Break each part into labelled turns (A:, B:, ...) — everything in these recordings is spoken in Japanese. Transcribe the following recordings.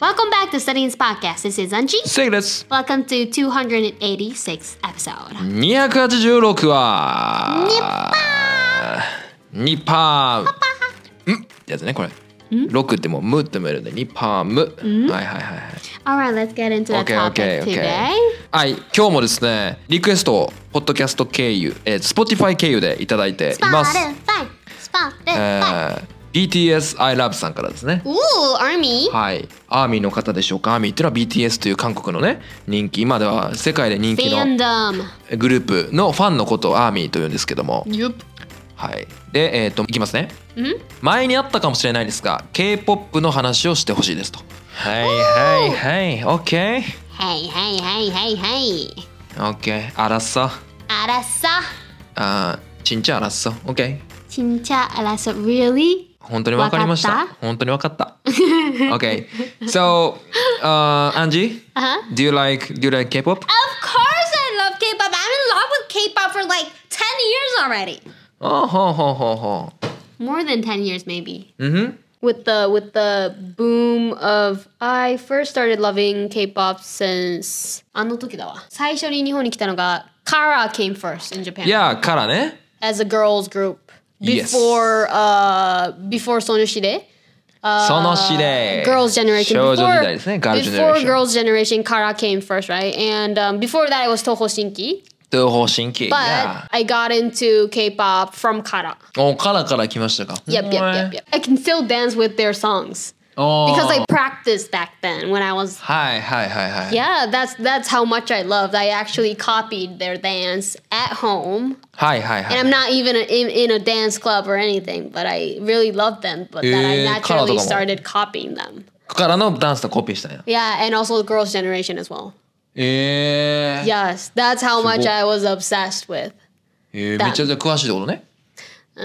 A: Welcome back to Studying's Podcast. This is Anji.
B: 正義です。
A: Welcome to 286th episode.
B: 286は。ニパーム。んってやつね、これ。6ってもうムってもいるんで、ニパーム。はいはいはいはい。
A: All right, let's get into the
B: OK
A: topic
B: OK OK
A: today.
B: はい、今日もですね、リクエストをポッドキャスト経由、えー、Spotify 経由でいただいています。
A: Spotify.
B: え
A: Spotify.
B: ー、BTS I Love さんからですね。
A: Ooh, Army.
B: はい、アーミーの方でしょうかアーミーっていうのは BTS という韓国のね人気今では世界で人気の
A: Fandom.
B: グループのファンのことをアーミーというんですけども
A: Yup.
B: はいでえっ、といきますね
A: ん
B: 前にあったかもしれないですが K-POP の話をしてほしいですとはいはいはい
A: Hey, hey, hey, hey, hey.
B: OKOK あらっさ
A: Arasa.
B: あーちんちゃんあらっさ OK
A: Chincha Arasa. Really?
B: 本当にわかりました
A: わかっ
B: 本当にわかった OK so、uh, Angie
A: Uh-huh.
B: do you like do you like K-POP
A: Of course I love K-pop. I'm in love with K-pop for like 10 years already.
B: あほうほうほうほう
A: More than 10 years maybe.
B: うんふん
A: With the with the boom of I first started loving K-pop since あの時だわ。最初に日本に来たのが Kara came first in Japan
B: いやからね
A: as a girls group
B: Yes.
A: before uh before Sonoshide.
B: その指令
A: Girls Generation
B: 少女時
A: before,
B: 代ですね Girl
A: before
B: Generation
A: Girls Generation Kara came first, right? And um, before that it was Toho Shinki.
B: 東方神起
A: But I got into K-pop from Kara.
B: おからから来ましたか
A: Yep, yep, yep, yep. I can still dance with their songs
B: おー
A: because I practiced back then when I was.
B: はいはいはいはい、
A: Yeah, that's that's how much I loved. I actually copied their dance at home,
B: はいはいはい
A: and I'm not even in, in a dance club or anything, but I really loved them. But then I
B: Eh,
A: naturally
B: Karaとかも。
A: started copying them.
B: からのダンスとコピーしたんや
A: Yeah, and also the Girls' Generation as well.
B: えー
A: Yes, that's how much
B: すごっ。
A: I was obsessed with.
B: えー
A: だ
B: めちゃくちゃ詳しいってことね
A: Uh,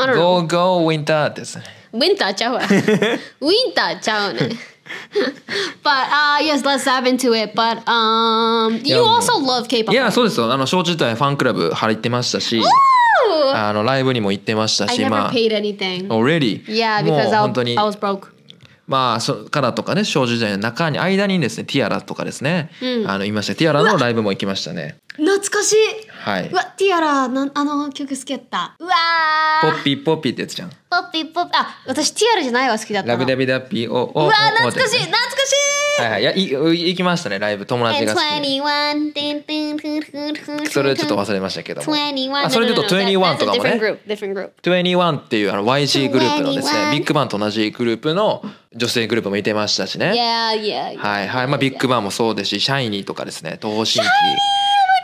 A: I don't know.
B: Go Go Winter ですね
A: Winter ちゃうわ Winter ちゃうね But uh yes let's dive into it But um
B: い
A: you
B: やもう
A: also love K-pop
B: いやそうですよあの小中大ファンクラブ入ってましたし
A: Ooh!
B: あのライブにも行ってました
A: I
B: し
A: never
B: まあ
A: paid anything
B: Already
A: Yeah
B: もう
A: because I
B: 本当に
A: was, I was broke
B: まあ、そからとかね少女時代の中に間にですねティアラとかですね、あのいましたティアラのライブも行きましたね
A: 懐かしい
B: はいう
A: わティアラなんあの曲好きやったうわ
B: ポ
A: ー
B: ッピーポッピーってやつじゃん
A: ポッピーポッピーあ私ティアラじゃないわ好きだった
B: ラ
A: の
B: ビダビダピーおお
A: う
B: お
A: わ懐かしい
B: お
A: 懐かしい
B: はいはいいやいい行きましたねライブ友達
A: And
B: が好き
A: 21てんてんてんてんてんてん
B: それちょっと忘れましたけども
A: 21
B: あそれで言うと
A: No, no, no,
B: 21とかも
A: That's a different
B: ね
A: group different group
B: 21っていうあの YG グループのです
A: 21
B: ねビッグバンと同じグループの女性グループもいてましたしね
A: Yeah, yeah. yeah.
B: はいはいまあビッグバンもそうですしシャイニーとかですね東方神起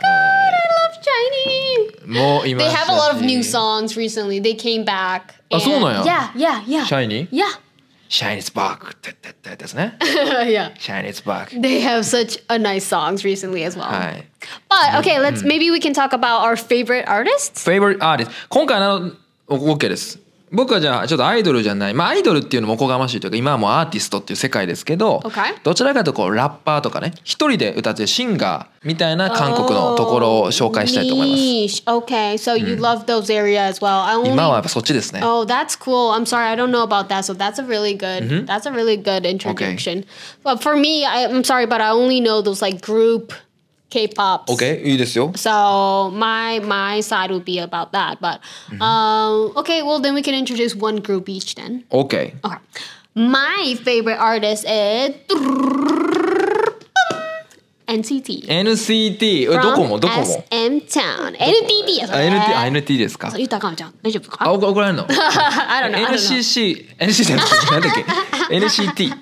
A: I love Chinese.
B: もいま
A: They
B: したし
A: have a lot of new songs recently. They came back.
B: あ
A: and-
B: そうなんや。
A: Yeah, yeah, yeah.
B: シャイニー
A: Yeah.
B: シャイニーズバックってってってですね
A: yeah.
B: シャイニーズバック
A: They have such a nice songs recently as well.
B: はい。
A: But okay, let's maybe we can talk about our favorite artists.
B: favorite artist 今回のお OK です僕はじゃあちょっとアイドルじゃないまあアイドルっていうのもおこがましいというか今はもうアーティストっていう世界ですけど、
A: Okay.
B: どちらかというとこうラッパーとかね一人で歌ってるシンガーみたいな韓国のところを紹介したいと思います
A: Niche. Okay, so you love those area as well. I only
B: 今はやっぱそっちですね
A: Oh, that's cool. I'm sorry, I don't know about that. So that's a really good. That's a really good introduction. But for me, I, I'm sorry, but I only know those like group K-pop.
B: OK いいですよ
A: So my my side would be about that. But um, okay, well then we can introduce one group each then.
B: OK
A: Okay. My favorite artist is NCT.
B: NCT えどこもどこも
A: SM Town. NTT やそ
B: あ
A: れ
B: NT あ NT ですか
A: 言ったらあかんじゃん。大丈夫
B: あ
A: か
B: 怒怒られるの
A: I don't know. I don't know.
B: NCC NCC じゃないなんだっけ NCT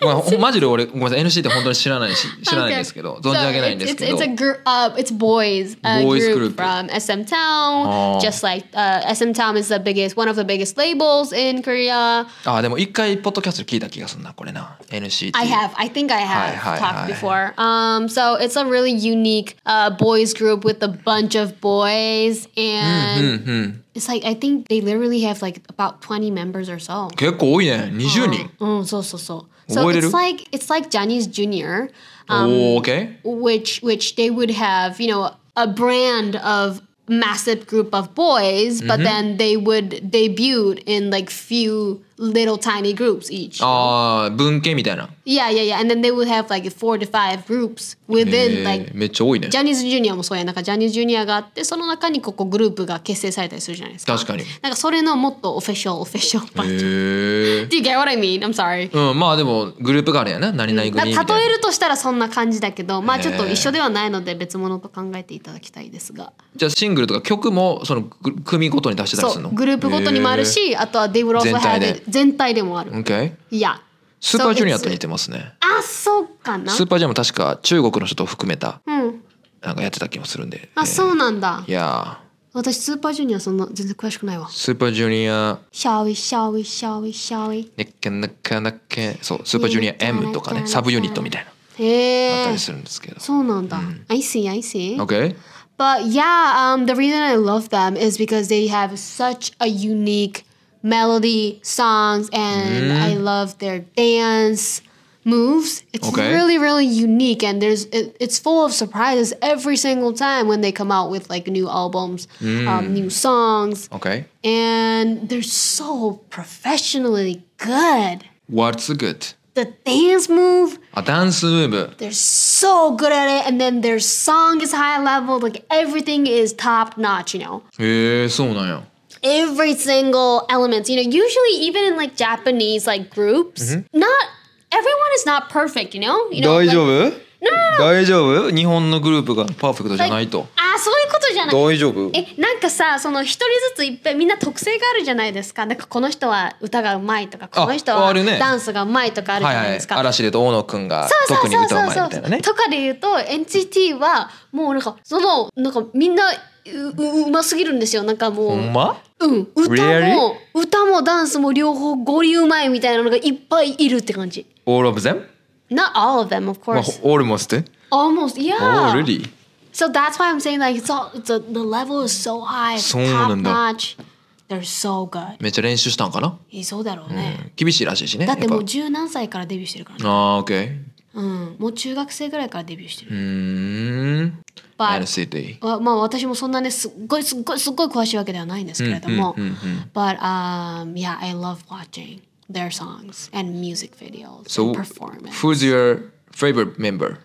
B: ごめんほんマジで俺ごめんなさい NCT 本当に知らないし知らないんですけど
A: Okay.
B: 存
A: So
B: じ上げないんですけ
A: it's-
B: ど
A: It's, it's a group. Uh, it's boys. A
B: Boys
A: group,
B: group.
A: from SM Town.
B: Oh.
A: Just like uh, SM Town is the biggest, one of the biggest labels in Korea.
B: あでも一回ポッドキャストで聞いた気がするなこれな NCT
A: I have. I think I have
B: Hi, hi,
A: talked
B: hi.
A: before. Um, so it's a really unique uh, boys group with a bunch of boys, and
B: Mm-hmm, hmm.
A: it's like I think they literally have like about twenty members or so.
B: 結構多いね20人、
A: Oh, so so so. So
B: 覚えれる？
A: it's like it's like Johnny's Junior.
B: おー OK
A: which which they would have you know a brand of
B: Mm-hmm.
A: massive group of boys but then they would debut in like few little tiny groups each.
B: ああ文系みたいな
A: Yeah, yeah, yeah. And then they would have like four to five groups within
B: えー
A: like
B: めっちゃ多いね
A: ジャニーズジュニアもそうやなんかジャニーズジュニアがあってその中にここグループが結成されたりするじゃないですか
B: 確かに
A: なんかそれのもっとオフィシャルオフィシャル版、
B: へえ
A: Do you get what I mean? I'm sorry
B: うんまあでもグループがあるやな何々組みたいな
A: な例えるとしたらそんな感じだけどまあちょっと一緒ではないので別物と考えていただきたいですが
B: じゃあシングルとか曲もそのグル組ごとに出してたりす
A: そ
B: るの
A: うグループごとにもあるしあとは They would also
B: 全体で
A: have 全体でもある、
B: へー OK
A: いや
B: スーパージュニアと
A: So
B: 似
A: it's-
B: てますね
A: あそうかな
B: スーパージュニアも確か中国の人を含めた
A: うん
B: なんかやってた気もするんで
A: あそうなんだ
B: いや
A: 私スーパージュニアそんな全然詳しくないわ
B: ースーパージュニア
A: Shall we shall we shall we shall we
B: なかなかなかそうスーパージュニア M とかねサブユニットみたいなあっ
A: へ
B: た
A: え
B: りするんですけど
A: そうなんだ、I see I see
B: OK?
A: But yeah, um, the reason I love them is because they have such a unique melody, songs, and I love their dance moves. It's
B: Okay.
A: really, really unique, and there's it, it's full of surprises every single time when they come out with like new albums, um, new songs,
B: OK?
A: and they're so professionally good.
B: What's good?
A: The dance move,
B: あダンスムーブ
A: they're so good at it, and then their song is high level. Like everything is top notch, you know.
B: へえそうなんや
A: every single element. You know, usually even in like Japanese like groups, not everyone is not perfect. You know, you know.
B: 大
A: like-
B: 丈夫
A: No, no, no.
B: 大丈夫日本のグループがパーフェクトじゃ
A: like-
B: ないと
A: あーそういうことじゃない。
B: 大丈夫
A: えなんかさその一人ずついっぱいみんな特性があるじゃないですかなんかこの人は歌がうまいとかこの人
B: あ
A: は
B: るね
A: ダンスがうまいとかあるじ
B: は
A: ゃ
B: い
A: ない
B: は
A: で
B: い
A: すか、
B: 嵐で言うと大野くんが
A: そう
B: 特に
A: そう
B: 歌
A: そ
B: う
A: う
B: まい
A: そう
B: みたいなね
A: とかで言うと NCT はもうなんかそのなんかみんなうううますぎるんですよなんかもう、
B: ほんま
A: うん、歌も歌もダンスも両方ゴリうまいみたいなのがいっぱいいるって感じ。
B: ?All of them?
A: Not all of them, of
B: まあ
A: course.
B: almost?
A: Almost, yeah.
B: Already?
A: So that's why I'm saying like it's all, the the level is so high,
B: そうな
A: top
B: んだ
A: notch. They're so good.
B: めっちゃ練習したんかな
A: えそうだろうね。
B: 厳しいらしいしね
A: だってもう
B: やっ
A: 十何歳からデビューしてるから、ね。
B: ぱあー OK
A: うん、もう中学生ぐらいからデビューしてる。
B: うーん
A: But
B: NCT
A: わまあ私もそんなねすっごいすっごいすっごい詳しいわけではないんですけれども、but um yeah I love watching their songs and music videos
B: So
A: and performance.
B: who's your favorite member?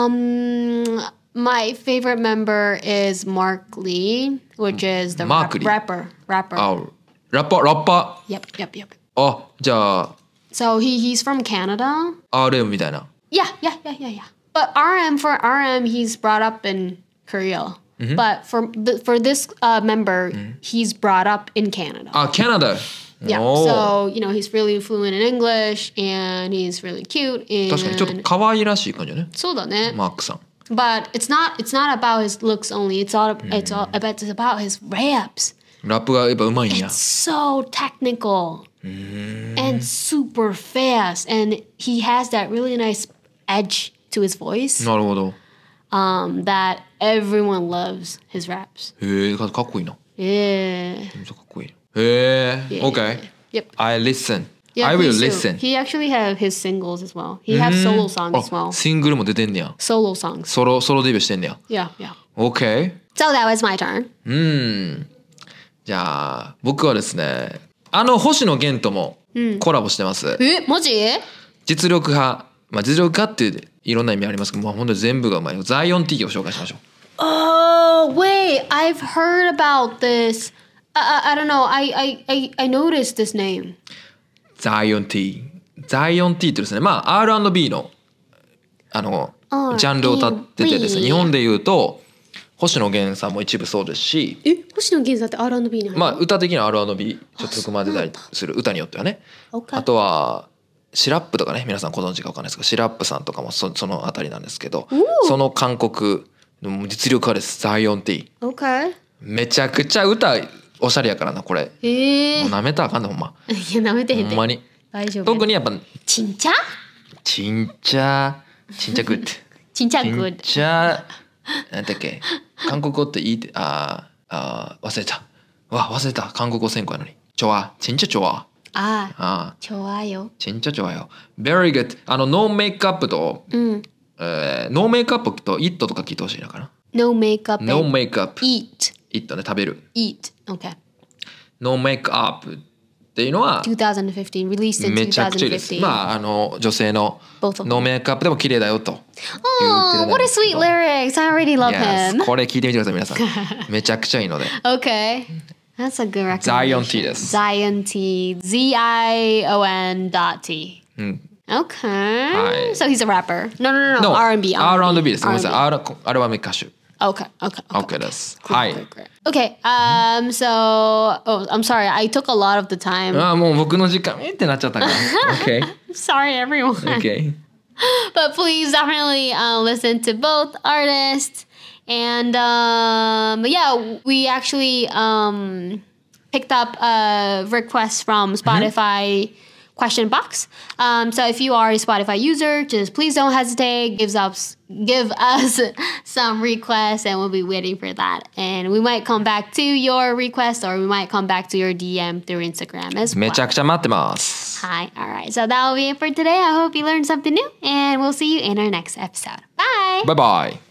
A: Um, my favorite member is Mark Lee, which is the
B: Mm. Mark
A: rap-
B: Lee. Oh.
A: rapper. Rapper.
B: あラッパーラッパ
A: Yep, yep, yep.
B: ーあじゃあ
A: So he he's from Canada.
B: RM みたいな
A: Yeah, yeah, yeah, yeah, yeah. But RM for RM, he's brought up in Korea.
B: Mm-hmm.
A: But for th- for this uh, member, he's brought up in Canada.
B: あキャナダ
A: Yeah.
B: お
A: So,
B: ー
A: you know, he's really fluent in English and he's really cute
B: 確かにちょっ
A: and
B: と可愛らしい感じだね
A: そうだね。
B: マークさん
A: But it's not it's not about his looks only. It's all
B: Mm.
A: it's all about it's about his raps.
B: ラップがやっぱうまいんや
A: It's so technical
B: Mm.
A: and super fast and he has that really nice edge to his voice
B: なるほど
A: um that everyone loves his raps.
B: へえかかっこいいな
A: Yeah.
B: めっちゃかっこいいへえ OK
A: Yep.
B: I listen
A: Yeah,
B: I will
A: please do.
B: listen Mm. Oh.
A: He actually have his singles as well. He have solo songs as
B: あ
A: well.
B: シングルも出てんねや
A: Solo songs.
B: ソロソロデビューしてんねや
A: Yeah, yeah.
B: OK
A: So that was my turn.
B: じゃあ僕はですねあの星野源ともコラボしてます、
A: え、マジ
B: 実力派まあ実力派っていろんな意味ありますけど、まあ、本当に全部がうまいザイオン T を紹介しましょ
A: Oh wait, I've heard about this. Uh, I I, I don't know. I, I I I noticed this name.
B: うザイオン T ザイオン T ってですねまあ R&B のあの
A: うん
B: ジャンルを立っててですね
A: R&B
B: 日本でいうと星野源さんも一部そうですし
A: え、星野源さんって R&B なの？
B: Eh? まあ歌的には R&B ちょっと含まれてたりする歌によってはね
A: OK
B: あとはシラップとかね皆さんご存知か分かんないですけどシラップさんとかもそその辺りなんですけどその韓国の実力派ですザイオン T
A: okay.
B: めちゃくちゃ歌おしゃれやからなこれ
A: え
B: も
A: ー、
B: う
A: い
B: なめたらあかんねほんま
A: やなめてへ
B: ほ
A: ん
B: ん
A: て。
B: Eh. まに
A: 大丈夫。
B: 特にやっぱ
A: ちんちゃ？
B: ちんちゃちんちゃグッ
A: ち んちゃ
B: ち
A: グ
B: ん
A: ッ
B: ちゃなんだっけ韓国語っていいってあーあー忘れたわ忘れた韓国語専攻やのにちょわちんちゃちょわ
A: ああ、
B: あー
A: ちょわよ。
B: ちんちゃちょわよ very good あのノーメイクアップと、
A: うん。
B: えーノーメイクアップと it とか聞いてほしいのかな
A: No makeup. and
B: No make up
A: eat
B: it ね食べる
A: eat. Okay.
B: No make up っていうのは
A: 2015 released in
B: めちゃくちゃいいです
A: 2015
B: まああの女性の
A: Both of them.
B: ノーメイクアップでも綺麗だよと
A: oh, what a sweet lyrics! I already love
B: Yes
A: him.
B: これ聞いてみてください皆さ んめちゃくちゃいいので
A: Okay. That's a good recommendation.
B: Zion T です
A: Zion T. Z I O N dot T.
B: うん
A: Okay.
B: Hi.
A: So he's a rapper. No, no, Hmm. no, no.
B: No,
A: R&B.
B: R&B ですごめんなさい
A: R&B.
B: R- アルバム歌手
A: Okay, okay, okay.
B: OK ですは
A: Great,
B: い
A: great, great. Okay. Um. So, oh, I'm sorry. I took a lot of the time.
B: ああもう僕の時間えーってなっちゃった から
A: sorry, everyone.
B: OKOK
A: But please definitely uh, listen to both artists. And um, yeah, we actually um, picked up a request from Spotify question box. Um, so if you are a Spotify user, just please don't hesitate. Gives us give us some requests, and we'll be waiting for that. And we might come back to your request, or we might come back to your DM through Instagram as
B: め
A: well.
B: ちゃくちゃ待ってます
A: Hi. All right. So that will be it for today. I hope you learned something new, and we'll see you in our next episode. Bye.
B: バイバイ